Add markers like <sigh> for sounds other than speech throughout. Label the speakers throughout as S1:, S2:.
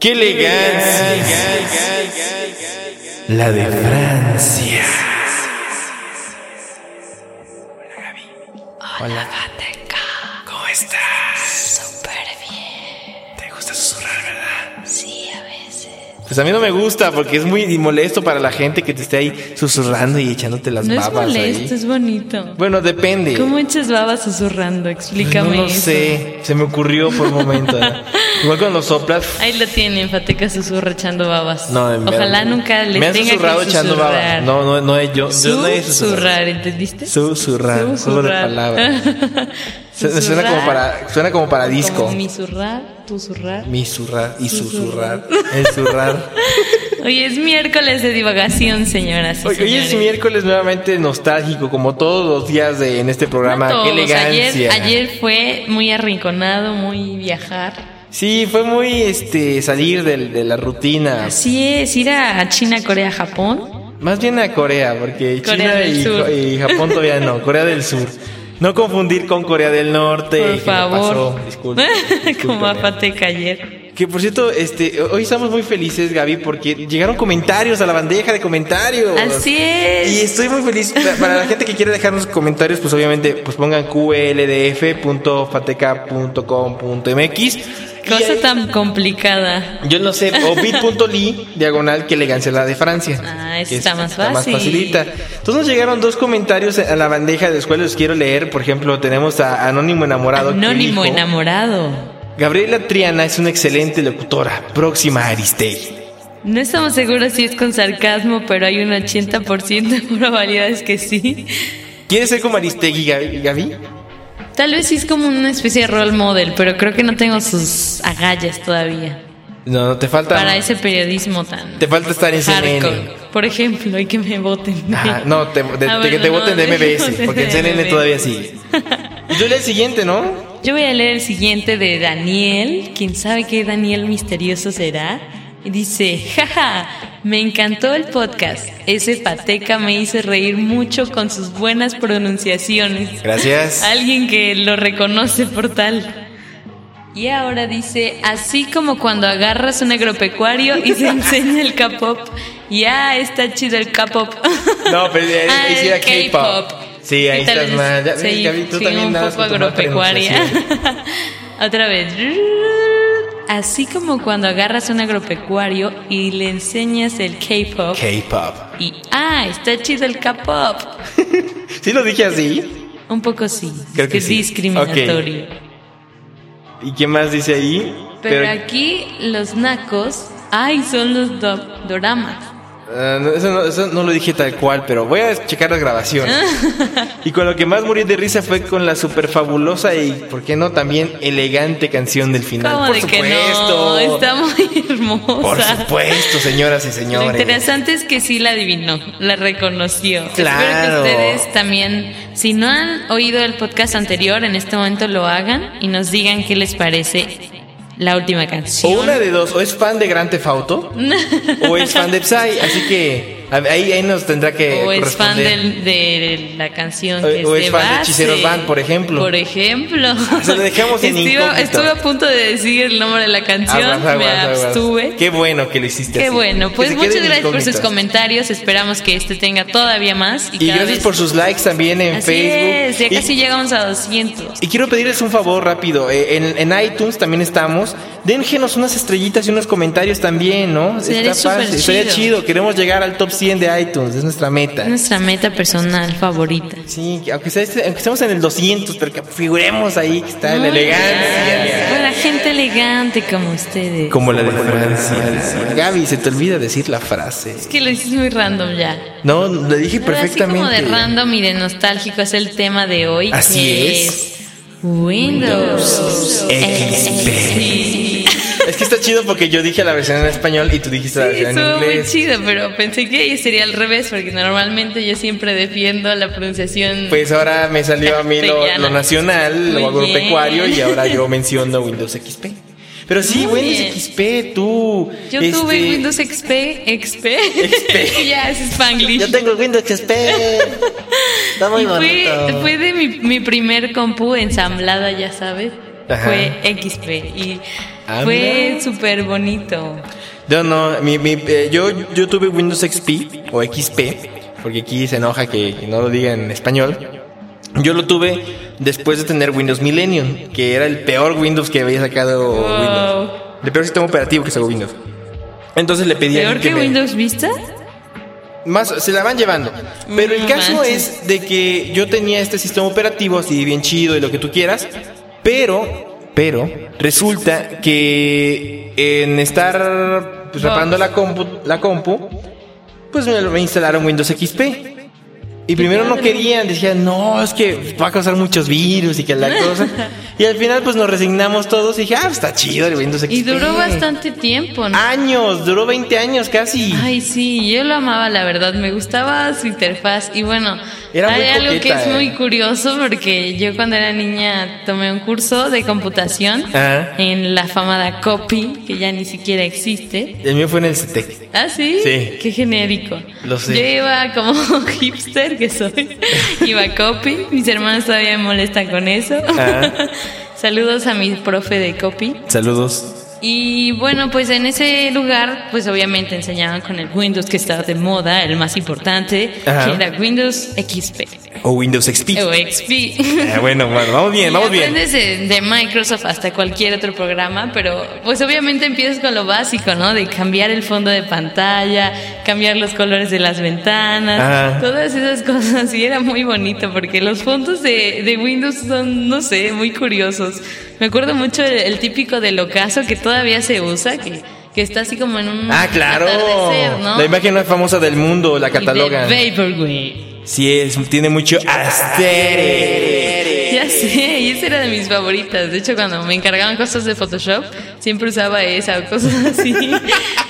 S1: ¡Qué elegancia! La de Francia.
S2: Hola, Gateca.
S1: ¿Cómo estás?
S2: Súper bien.
S1: ¿Te gusta susurrar, verdad?
S2: Sí, a veces.
S1: Pues a mí no me gusta porque es muy molesto para la gente que te esté ahí susurrando y echándote las
S2: No es
S1: babas
S2: molesto,
S1: ahí.
S2: es bonito.
S1: Bueno, depende.
S2: ¿Cómo echas babas susurrando? Explícame.
S1: no lo
S2: eso.
S1: sé, se me ocurrió por un momento. ¿eh? Igual cuando soplas,
S2: Ahí lo tienen, Fateca susurra echando babas.
S1: No, me-
S2: Ojalá nunca les
S1: me han
S2: tenga
S1: susurrado
S2: que
S1: echando
S2: susurrar.
S1: baba. No, no, no, yo, yo no he susurrado.
S2: Susurrar, ¿entendiste?
S1: Susurrar, solo de
S2: <laughs>
S1: palabra. Su- me Suena como para, suena como para disco.
S2: Como misurrar, tusurrar.
S1: Misurrar y
S2: Susurrar.
S1: susurrar,
S2: <laughs>
S1: ensurrar.
S2: Hoy es miércoles de divagación, señoras y
S1: Hoy, hoy es
S2: señores.
S1: miércoles nuevamente nostálgico, como todos los días de, en este programa.
S2: No
S1: ¡Qué
S2: todos,
S1: elegancia!
S2: Ayer, ayer fue muy arrinconado, muy viajar.
S1: Sí, fue muy este salir del- de, la rutina.
S2: Así es, ir a China, Corea, Japón.
S1: Más bien a Corea, porque
S2: Corea
S1: China
S2: del
S1: y,
S2: Sur.
S1: y Japón todavía no. Corea del Sur. No confundir con Corea del Norte.
S2: por
S1: que me
S2: favor. <laughs>
S1: pasó, disculpe,
S2: Como
S1: discúlpeme.
S2: a Fateca ayer.
S1: Que por cierto, este, hoy estamos muy felices, Gaby, porque llegaron comentarios a la bandeja de comentarios.
S2: Así
S1: Y
S2: es.
S1: estoy muy feliz. Pa- Para la gente que quiere dejarnos comentarios, pues obviamente pues pongan qldf.fateca.com.mx. Y
S2: Cosa
S1: ahí-
S2: tan complicada.
S1: Yo no sé, o bit.ly, diagonal, que elegancia la de Francia.
S2: Ah, esa
S1: Que
S2: está más fácil.
S1: facilita. Entonces nos llegaron dos comentarios a la bandeja de los cuales los quiero leer. Por ejemplo, tenemos a Anónimo Enamorado. que
S2: Anónimo
S1: dijo,
S2: enamorado.
S1: Gabriela Triana es una excelente locutora, próxima a Aristegui.
S2: No estamos seguros si es con sarcasmo, pero hay un 80% de probabilidades que sí.
S1: ¿Quieres ser como Aristegui, Gaby? Gaby?
S2: Tal vez sí es como una especie de role model, pero creo que no tengo sus agallas todavía.
S1: No, no, te falta.
S2: Para ese periodismo tan
S1: Te falta estar en CNN.
S2: hardcore. Por ejemplo, y que me voten.
S1: Ah, no, te, de-
S2: Ah,
S1: de-
S2: bueno,
S1: que te
S2: no,
S1: voten de
S2: no,
S1: MBS,
S2: <laughs> no,
S1: porque en
S2: de
S1: CNN todavía
S2: MBS.
S1: sigue. Yo leo el siguiente, ¿no?
S2: Yo voy a leer el siguiente de Daniel. ¿Quién sabe qué Daniel misterioso será? Y dice, jaja, me encantó el podcast. Ese pateca me hizo reír mucho con sus buenas pronunciaciones.
S1: Gracias.
S2: Alguien que lo reconoce por tal. Y ahora dice, así como cuando agarras un agropecuario y se <laughs> enseña el K-pop. Ya está chido el K-pop.
S1: No, pero ahí- ahí sí era
S2: Ah, el
S1: K-pop. Sí, ahí
S2: Y tal
S1: estás
S2: vez
S1: mal. Ya ves,
S2: sí,
S1: Gaby, tú
S2: sí,
S1: también
S2: un
S1: dabas
S2: poco
S1: con tu mala
S2: agropecuaria. <laughs> Otra vez. Así como cuando agarras un agropecuario y le enseñas el K-pop.
S1: K-pop.
S2: Y, ah, está chido el K-pop.
S1: Sí lo dije así.
S2: Un poco sí.
S1: Creo
S2: es
S1: que sí.
S2: discriminatorio.
S1: ¿Y qué más dice ahí?
S2: Pero, aquí los nacos, ay, son los do- doramas.
S1: Ah, no, eso, no, eso no lo dije tal cual, pero voy a checar las
S2: <laughs>
S1: grabaciones. y con lo que más morí de risa fue con la super fabulosa y, ¿por qué no? También elegante canción del final.
S2: ¿Cómo
S1: Por
S2: de que
S1: supuesto.
S2: no? Está muy hermosa.
S1: Por supuesto, señoras y
S2: Lo
S1: señores.
S2: interesante es que sí la adivinó, la reconoció.
S1: Claro.
S2: Espero que ustedes también, si no han oído el podcast anterior, en este momento lo hagan y nos digan qué les parece la última
S1: O
S2: canción.
S1: una de dos, o es fan de Grand Theft Auto,
S2: <laughs>
S1: o es fan de Psy, así que a- ahí, ahí nos tendrá que
S2: O es fan
S1: corresponder.
S2: del- de la canción
S1: eh, O-
S2: que
S1: o
S2: es,
S1: es
S2: de
S1: fan de
S2: base.
S1: Hechiceros Band, por ejemplo.
S2: Por ejemplo.
S1: <laughs> Se lo dejamos en
S2: estuve,
S1: incógnito.
S2: estuve a punto de decir el nombre de la canción,
S1: Aguas, aguas,
S2: me
S1: aguas.
S2: abstuve.
S1: Qué bueno que lo hiciste.
S2: Qué
S1: así.
S2: bueno,
S1: Que
S2: pues
S1: se
S2: muchas
S1: queden
S2: gracias por sus
S1: incógnitas.
S2: comentarios. Esperamos que este tenga todavía más.
S1: Y
S2: cada
S1: gracias
S2: vez-
S1: por sus likes también en
S2: Así
S1: Facebook.
S2: es, ya
S1: Y-
S2: casi llegamos a 200.
S1: Y quiero pedirles un favor rápido. eh, En, en iTunes también estamos. Déjenos unas estrellitas y unos comentarios también, ¿no?
S2: Sería súper
S1: fácil, Sería
S2: chido.
S1: chido. Queremos llegar al top 100 de iTunes. Es nuestra meta.
S2: Es nuestra meta personal favorita.
S1: Sí, que aunque, sea este- aunque estemos en el 200, pero que figuremos ahí que está la
S2: Muy
S1: elegancia.
S2: bien. Con la gente elegante como ustedes.
S1: Como la de Francia. Gaby, se te olvida decir la frase.
S2: Es que lo hiciste muy random ya.
S1: No, le dije
S2: Ahora sí,
S1: perfectamente.
S2: como de random y de nostálgico es el tema de hoy.
S1: Así
S2: que
S1: es.
S2: Windows. <laughs>
S1: XP. Es que está chido porque yo dije la versión en español y tú dijiste la
S2: Sí,
S1: versión en
S2: estuvo muy
S1: inglés.
S2: chido, pero pensé que sería al revés, porque normalmente yo siempre defiendo la pronunciación.
S1: Pues ahora me salió a mí lo,
S2: Castellana.
S1: lo nacional,
S2: Muy
S1: lo agropecuario
S2: bien.
S1: y ahora
S2: <laughs>
S1: yo menciono Windows XP. Pero sí,
S2: Muy bien.
S1: Windows XP, tú.
S2: yo
S1: este,
S2: tuve Windows XP, XP. <laughs> ya, es Spanglish.
S1: Yo tengo Windows XP. Está muy
S2: Y fue,
S1: bonito.
S2: fue de mi, mi primer compu ensamblada, ya sabes.
S1: Ajá.
S2: Fue XP y
S1: Ah,
S2: fue súper bonito.
S1: No, no, mi- mi- eh, yo, yo tuve Windows XP o XP, porque aquí se enoja que, que no lo diga en español. Yo lo tuve después de tener Windows Millennium, que era el peor Windows que había sacado
S2: Wow.
S1: Windows. El peor sistema operativo que sacó Windows. Entonces le pedí a
S2: ¿Peor
S1: alguien
S2: que
S1: me-
S2: Windows Vista?
S1: Más, se la van llevando. Pero el
S2: No
S1: caso
S2: manches.
S1: es de que yo tenía este sistema operativo así bien chido y lo que tú quieras, pero, pero, resulta que en estar pues,
S2: Bugs.
S1: reparando la compu, la compu, pues me, me instalaron Windows XP. Y primero no
S2: padre.
S1: querían, decían, no, es que va a causar muchos virus y que la
S2: <laughs>
S1: cosa. Y al final pues nos resignamos todos y dije, ah, está chido el Windows XP.
S2: Y duró bastante tiempo,
S1: Ah.
S2: ¿no?
S1: Años, duró 20 años casi.
S2: Ay, sí, yo lo amaba, la verdad, me gustaba su interfaz y bueno,
S1: Era muy
S2: hay algo que
S1: coqueta,
S2: es
S1: eh.
S2: muy curioso porque yo cuando era niña tomé un curso de computación
S1: Ajá.
S2: en la famada Copy, que ya ni siquiera existe.
S1: El mío fue en el CETEC.
S2: ¿Ah, sí?
S1: Sí.
S2: Qué genérico.
S1: Lo sé.
S2: Yo iba como <laughs> hipster que soy, iba a Copy, mis hermanos todavía me molestan con eso.
S1: Ah.
S2: <laughs> Saludos a mi profe de Copy.
S1: Saludos.
S2: Y bueno, pues en ese lugar, pues obviamente enseñaban con el Windows que estaba de moda, el más importante,
S1: Ajá.
S2: que era Windows XP
S1: O Windows XP.
S2: o <laughs> XP.
S1: Eh, bueno, bueno, vamos bien, vamos
S2: Y
S1: bien.
S2: aprendes de, de Microsoft hasta cualquier otro programa, pero pues obviamente empiezas con lo básico, ¿no? De cambiar el fondo de pantalla, cambiar los colores de las ventanas,
S1: Ajá.
S2: todas esas cosas. Y era muy bonito porque los fondos de, de Windows son, no sé, muy curiosos. Me acuerdo mucho el, el típico del ocaso que todavía se usa, que, que está así como en un
S1: Ah, claro.
S2: atardecer, ¿no?
S1: La imagen más famosa del mundo, la
S2: Y del
S1: catalogan.
S2: Vaporwave.
S1: Sí, es, tiene mucho aesthetic.
S2: Ya sé, y esa era de mis favoritas. De hecho, cuando me encargaban cosas de Photoshop, siempre usaba esa o cosas <laughs> así.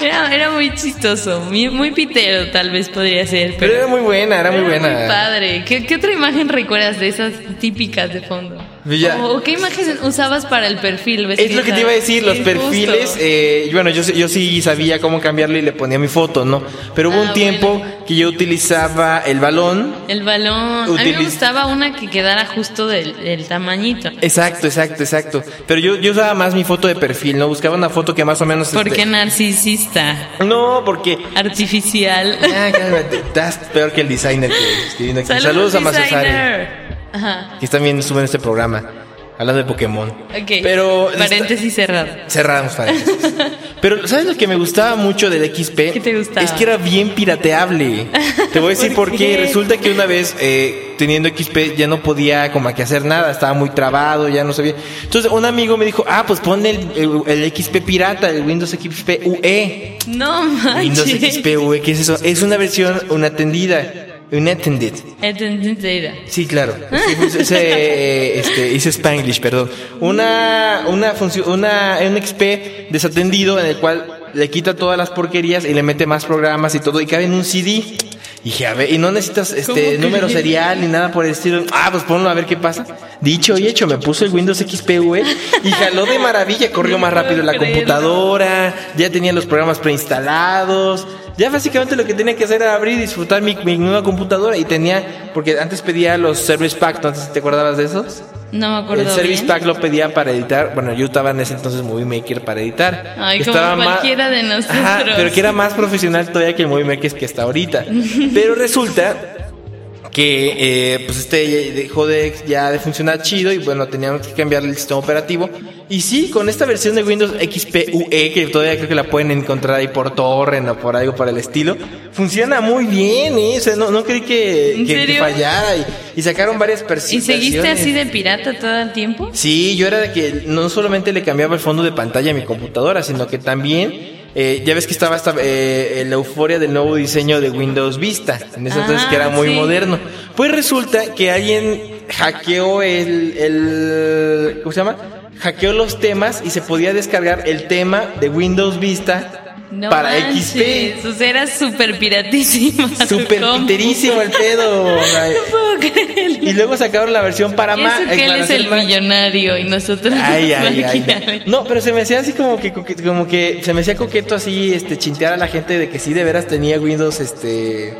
S2: Era, era muy chistoso, muy, muy pitero tal vez podría ser,
S1: Pero
S2: pero,
S1: era muy buena, era muy
S2: era
S1: buena.
S2: padre. ¿Qué, qué otra imagen recuerdas de esas típicas de fondo?
S1: Ya.
S2: ¿O qué imagen usabas para el perfil? ¿Ves
S1: Es
S2: que
S1: lo que
S2: esa-
S1: te iba a decir, los
S2: es justo.
S1: perfiles, eh, bueno, yo, sí- yo sí sabía cómo cambiarlo y le ponía mi foto, ¿no? Pero hubo
S2: Ah,
S1: un tiempo que yo utilizaba el balón.
S2: El balón. A mí me
S1: Utiliz-
S2: gustaba una que quedara justo del, del tamañito.
S1: Exacto, exacto, exacto. Pero yo, yo usaba más mi foto de perfil, ¿no? Buscaba una foto que más o menos...
S2: Porque
S1: este-
S2: narcisista?
S1: No, porque
S2: Artificial.
S1: Ya, <laughs> cálmate. Estás peor que el designer que escribiendo aquí. Saludos, a Masusari,
S2: designer. Ajá.
S1: que también suben este programa. Hablando de Pokémon.
S2: Ok.
S1: Pero.
S2: Paréntesis cerrado. <laughs>
S1: está- Cerramos paréntesis. Pero, ¿sabes lo que me gustaba mucho del XP?
S2: ¿Qué te gustaba?
S1: Es que era bien pirateable. Te voy a decir
S2: <laughs> ¿Por
S1: por, qué?
S2: qué?
S1: Resulta que una vez, eh, teniendo XP, ya no podía como que hacer nada. Estaba muy trabado, ya no sabía. Entonces, un amigo me dijo, ah, pues ponle el, el- el XP pirata, el Windows XP UE.
S2: No manches.
S1: Windows XP, güey, ¿qué es eso? Es una versión, una tendida, una tended.
S2: Entendida.
S1: Sí, claro. Sí, pues, ese, este, hice Spanglish, perdón. Una, una función, una, un XP desatendido en el cual le quita todas las porquerías y le mete más programas y todo y cabe en un CD. Y dije, a ver, y no necesitas
S2: ¿Cómo
S1: este
S2: crees?
S1: número serial ni nada por el estilo. Ah, pues ponlo a ver qué pasa. Dicho y hecho, me puso el Windows XP UE y jaló de maravilla, corrió más rápido la
S2: No puedo
S1: computadora, ya tenía los programas preinstalados. Ya básicamente lo que tenía que hacer era abrir y disfrutar mi, mi nueva computadora y tenía, porque antes pedía los Service Pack, no sé si te acordabas de esos.
S2: No me acuerdo.
S1: el Service
S2: bien.
S1: Pack lo pedía para editar, bueno, yo estaba en ese entonces Movie Maker para editar.
S2: Ay,
S1: Que
S2: como
S1: ma-
S2: cualquiera de nosotros.
S1: Ajá, pero que era más profesional todavía que el Movie Maker que está
S2: <laughs>
S1: ahorita. pero resulta que eh, pues este ya dejó de ya de funcionar chido y bueno teníamos que cambiarle el sistema operativo y sí con esta versión de Windows XP UE E, que todavía creo que la pueden encontrar ahí por torrent o por algo por el estilo funciona muy bien ¿eh? o sea no, no creí que,
S2: ¿En
S1: que- que
S2: serio?
S1: fallara y, y sacaron varias versiones
S2: ¿Y seguiste así de pirata todo el tiempo?
S1: Sí, yo era de que no solamente le cambiaba el fondo de pantalla a mi computadora, sino que también, eh, ya ves que estaba esta, eh, la euforia del nuevo diseño de Windows Vista, en ese
S2: Ah,
S1: entonces que era muy
S2: sí.
S1: moderno. Pues resulta que alguien hackeó el, el- ¿cómo se llama? hackeó los temas y se podía descargar el tema de Windows Vista
S2: No
S1: para
S2: manches, O sea, era súper piratísima.
S1: XP.
S2: tu
S1: Súper
S2: compu.
S1: piterísimo el pedo. o sea,
S2: <laughs> No puedo creerlo.
S1: y luego sacaron la versión para
S2: Y
S1: Mac.
S2: eso que él
S1: para
S2: es
S1: hacer
S2: el
S1: Mac.
S2: millonario y nosotros <laughs>
S1: Ay,
S2: los
S1: ay, ay.
S2: maquinarios.
S1: No, pero se me hacía así como que coque- como que se me hacía coqueto así este chintear a la gente de que sí de veras tenía Windows este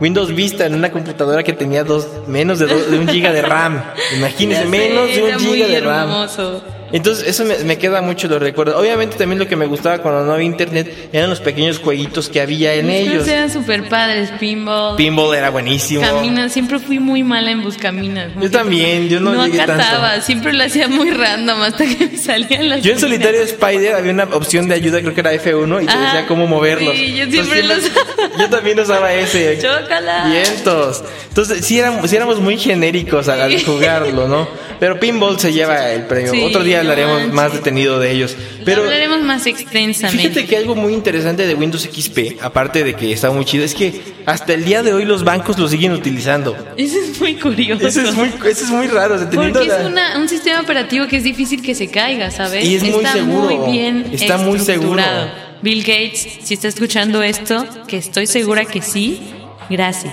S1: Windows Vista en una computadora que tenía dos menos de, dos- de un giga de RAM.
S2: <laughs> Ya
S1: Imagínense,
S2: sé,
S1: menos de
S2: era
S1: un
S2: muy
S1: giga de RAM.
S2: hermoso.
S1: Entonces, eso me, me queda mucho los recuerdos. Obviamente, también lo que me gustaba cuando no había internet eran los pequeños jueguitos que había en
S2: Mis
S1: ellos.
S2: juegos eran súper padres, pinball.
S1: Pinball era buenísimo.
S2: Caminas, siempre fui muy mala en buscaminas.
S1: Yo también, yo no
S2: No
S1: llegué tanto.
S2: acataba, siempre lo hacía muy random hasta que me salían las.
S1: Yo en
S2: minas.
S1: solitario Spider había una opción de ayuda, creo que era F1, y te
S2: Ajá,
S1: decía cómo moverlos.
S2: sí, yo
S1: Entonces,
S2: siempre los usaba.
S1: Yo también usaba
S2: <laughs>
S1: ese.
S2: Chócala.
S1: Vientos. Entonces, sí éramos, sí éramos muy genéricos al al jugarlo, ¿no? Pero Pinball se lleva el premio.
S2: Sí,
S1: Otro día
S2: no
S1: hablaremos
S2: manches.
S1: más detenido de ellos. Pero
S2: Lo hablaremos más extensamente.
S1: fíjate que algo muy interesante de Windows XP, aparte de que está muy chido, es que hasta el día de hoy los bancos lo siguen utilizando.
S2: Eso es muy curioso.
S1: Eso es muy, eso es muy raro. o sea, teniendo
S2: Porque es
S1: la-
S2: una- un sistema operativo que es difícil que se caiga, ¿sabes?
S1: Y es muy
S2: está
S1: seguro,
S2: muy bien
S1: está muy seguro.
S2: estructurado. Bill Gates, si está escuchando esto, que estoy segura que sí, gracias.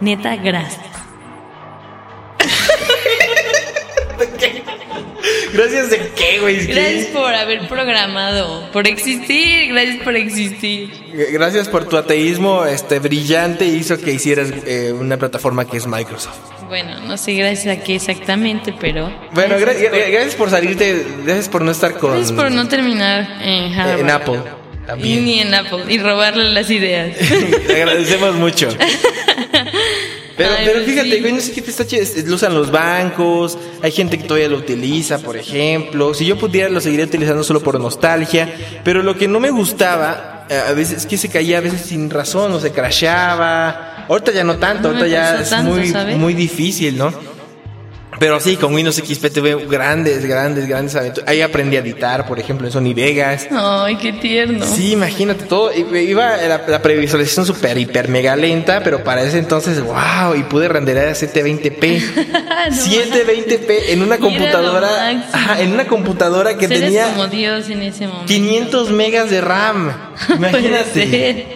S2: Neta, gracias.
S1: Gracias de qué, güey. ¿Qué?
S2: Gracias por haber programado, por existir, gracias por existir.
S1: Gracias por tu ateísmo este brillante hizo que hicieras eh, una plataforma que es Microsoft.
S2: Bueno, no sé gracias a qué exactamente, pero...
S1: Bueno, gra- gra- gracias por salirte, gracias por no estar con
S2: Gracias por no terminar en
S1: eh,
S2: Harvard.
S1: en Apple.
S2: Y
S1: También.
S2: ni en Apple, y robarle las ideas.
S1: <laughs> Te agradecemos mucho. Pero,
S2: Ay,
S1: pero
S2: pues
S1: fíjate,
S2: sí.
S1: güey, no sé qué te está chido. es- Lo usan los bancos, hay gente que todavía lo utiliza, por ejemplo. Si yo pudiera, lo seguiría utilizando solo por nostalgia. Pero lo que no me gustaba, eh, a veces, es que se caía a veces sin razón o se crashaba. Ahorita ya no tanto,
S2: No me
S1: ahorita ya
S2: pasó
S1: es
S2: tanto,
S1: muy,
S2: ¿sabes?
S1: muy difícil, ¿no? Pero sí, con Windows XP tuve grandes, grandes, grandes aventuras. Ahí aprendí a editar, por ejemplo, en Sony Vegas.
S2: Ay, qué tierno.
S1: Sí, imagínate todo. i- Iba la, la previsualización súper, hiper, mega lenta, pero para ese entonces, wow, y pude renderar a 720p.
S2: <laughs> <laughs> No
S1: 720p en una
S2: Era lo
S1: computadora.
S2: máximo.
S1: ajá, en una computadora que
S2: pues, Eres como
S1: tenía
S2: Dios en ese momento.
S1: 500 megas de RAM.
S2: <laughs> Puede ser.
S1: Imagínate.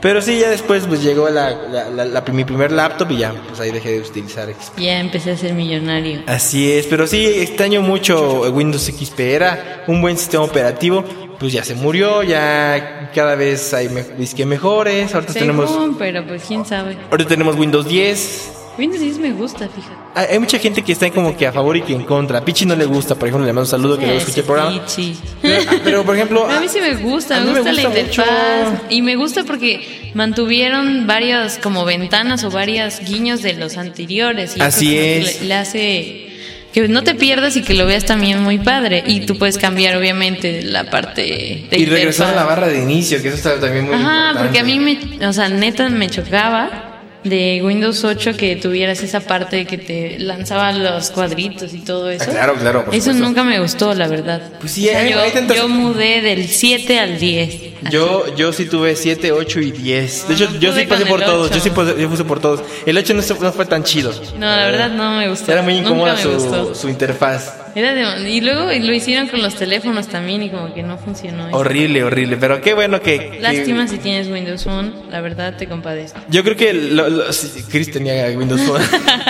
S1: Pero sí, ya después pues llegó la, la- la- la- mi primer laptop y ya, pues ahí dejé de utilizar XP.
S2: Ya empecé a ser millonario.
S1: Así es, pero sí extraño mucho Windows XP, era un buen sistema operativo, pues ya se murió, ya cada vez hay me- disque mejores, ahorita
S2: Según,
S1: tenemos
S2: pero pues quién sabe.
S1: ahorita tenemos Windows 10.
S2: Windows 10 me gusta, fíjate.
S1: Hay, hay mucha gente que está como que a favor y que en contra. A Pichi no le gusta, por ejemplo, le mando un saludo que no escuché el programa.
S2: Pichi.
S1: Pero, pero, por ejemplo,
S2: <laughs> A mí sí me gusta,
S1: a
S2: me
S1: mí me
S2: gusta, la
S1: gusta mucho.
S2: interfaz. Y me gusta porque mantuvieron varias como ventanas o varias guiños de los anteriores. Y
S1: Así
S2: eso como que
S1: es.
S2: Le, le hace que no te pierdas y que lo veas también muy padre. Y tú puedes cambiar, obviamente, la parte de
S1: y regresar a la
S2: interfaz.
S1: barra de inicio, que eso está también muy
S2: Ajá,
S1: importante.
S2: porque a mí me, o sea, neta me chocaba de Windows 8 que tuvieras esa parte que te lanzaba los cuadritos y todo eso.
S1: Ah, claro, claro, por
S2: Eso
S1: supuesto.
S2: nunca me gustó, la verdad.
S1: Pues sí, hay-
S2: yo,
S1: hay tantas-
S2: yo mudé del 7 al 10.
S1: Yo, yo sí tuve 7, 8 y 10. De
S2: Ah,
S1: hecho,
S2: yo
S1: yo
S2: tuve
S1: sí pasé
S2: con
S1: por
S2: el
S1: todos. Yo
S2: ocho.
S1: sí pasé, yo puse por todos. El 8 no, se- no fue tan chido.
S2: No, la verdad no me gustó.
S1: eh, Era muy incómoda
S2: nunca me gustó.
S1: su, su interfaz.
S2: Era de- y luego lo hicieron con los teléfonos también y como que no funcionó. eso.
S1: Horrible, horrible. Pero qué bueno que. que-
S2: Lástima si tienes Windows Phone, la verdad te compadezco. <laughs>
S1: Yo creo que lo- lo- sí, Chris tenía Windows Phone.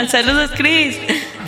S2: Saludos, Chris.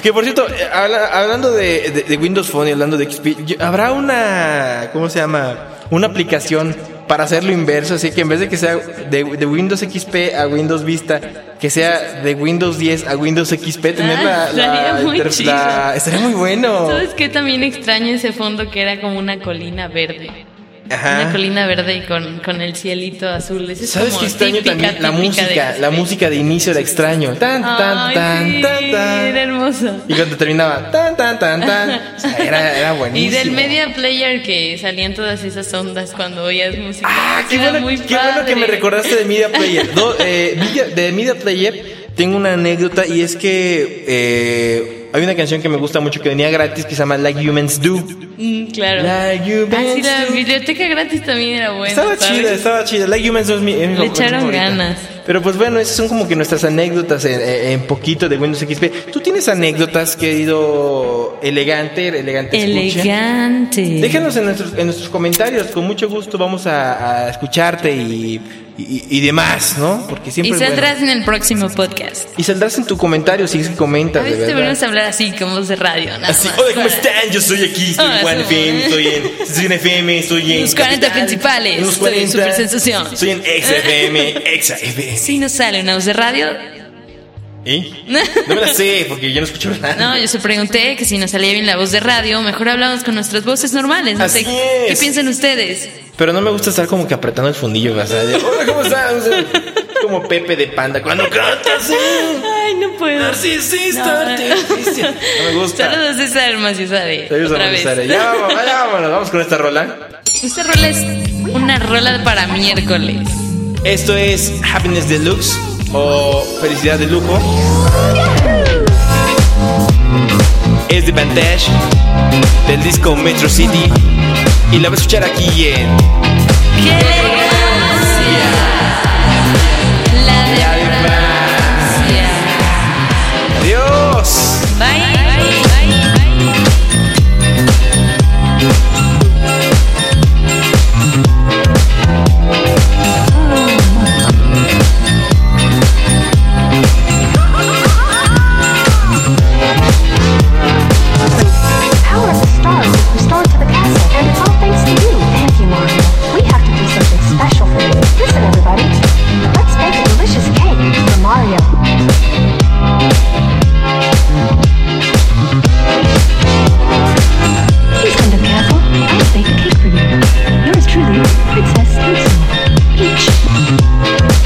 S1: que por cierto, eh, habla- hablando de, de- de Windows Phone y hablando de XP, yo- habrá una. ¿Cómo se llama? Una aplicación para hacerlo inverso. Así que en vez de que sea de, de Windows XP a Windows Vista, que sea de Windows 10 a Windows XP, tener
S2: Ah,
S1: la. la
S2: estaría muy
S1: interf-
S2: chido.
S1: la- estaría muy bueno.
S2: ¿Sabes qué también extraño ese fondo que era como una colina verde?
S1: Ajá.
S2: Una colina verde y con, con el cielito azul. Ese es
S1: Ah. ¿Sabes
S2: como
S1: qué extraño
S2: típica,
S1: también? La
S2: típica de
S1: música,
S2: Gaspi.
S1: la música de inicio la extraño. Tan, tan,
S2: Ay,
S1: tan,
S2: sí,
S1: tan,
S2: Era
S1: tan.
S2: hermoso.
S1: Y cuando terminaba, tan, tan, tan, tan. O sea, era, era buenísimo.
S2: <laughs> Y del media player que salían todas esas ondas cuando oías música.
S1: Ah, qué
S2: Era
S1: bueno,
S2: muy
S1: qué bueno que me
S2: padre.
S1: recordaste de Media
S2: <laughs>
S1: Player. Do- eh, Media- de Media Player tengo una anécdota y es que eh, hay una canción que me gusta mucho que venía gratis que se llama Like Humans Do.
S2: Mm, claro.
S1: Like
S2: Ah, sí,
S1: Humans
S2: la
S1: Do.
S2: biblioteca gratis también era buena.
S1: Estaba
S2: ¿sabes?
S1: chida, estaba chida. Like Humans Do es mi, es mi
S2: Le
S1: favorita.
S2: echaron ganas.
S1: Pero pues bueno, esas son como que nuestras anécdotas en, en poquito de Windows XP. ¿Tú tienes anécdotas, querido elegante, elegante escucha?
S2: Elegante.
S1: Déjanos en nuestros, en nuestros comentarios, con mucho gusto vamos a, a escucharte y, y- y demás, ¿no? Porque
S2: Y
S1: siempre es bueno.
S2: saldrás en el próximo podcast.
S1: Y saldrás en tu comentario si es que
S2: A
S1: comentas, de
S2: veces deberíamos
S1: verdad.
S2: hablar así, como voz de radio. nada
S1: Así,
S2: más,
S1: hola, ¿cómo
S2: para-
S1: están? Yo soy aquí, estoy
S2: Hola,
S1: en Juan
S2: soy-
S1: FM, estoy en, estoy en FM, estoy en...
S2: Los 40
S1: Capital,
S2: principales, eh,
S1: en
S2: estoy en Este, Supersensación.
S1: Estoy en Exa FM, Exa FM.
S2: Si nos sale una voz de radio.
S1: ¿Y? No me la sé, porque yo no escucho nada.
S2: No, yo se pregunté que si nos salía bien la voz de radio, mejor hablamos con nuestras voces normales. No
S1: Así
S2: sé,
S1: es.
S2: ¿qué piensan ustedes?
S1: Pero no me gusta estar como que apretando el fundillo, o sea, de, hola, ¿cómo estás? O sea, como Pepe de Panda, cuando cantas, eh,
S2: Ay, no puedo.
S1: narcisista,
S2: No.
S1: artificial. No me gusta.
S2: Saludos César Maciusabe.
S1: Saludos a
S2: Otra vez.
S1: Rosario.
S2: <laughs>
S1: Ya, vámonos, ya vámonos, vamos con esta rola.
S2: Esta rola es una rola para miércoles.
S1: Esto es Happiness Deluxe o Felicidad de Lujo. Es de Vantage, del disco Metro City. Y la vas a escuchar aquí en
S2: ¡Qué elegancia! La democracia.
S1: Adiós.
S2: Bye. Bye. Bye.
S3: Power of the stars is restored to the castle, and it's all thanks to you. Thank you, Mario. We have to do something special for you. Listen, everybody. Let's bake a delicious cake for Mario. Please come to the castle. I'll bake a cake for you. Yours truly, Princess Hansel. Peach.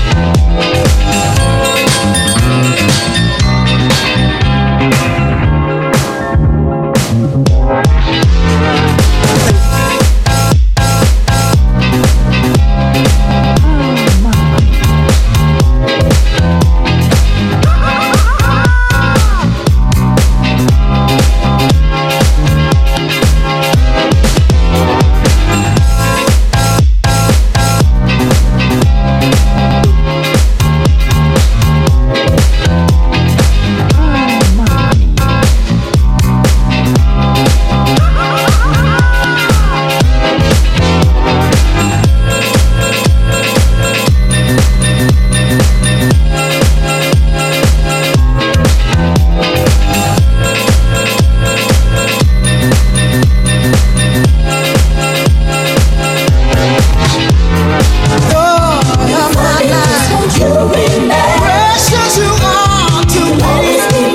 S4: Precious you are to me.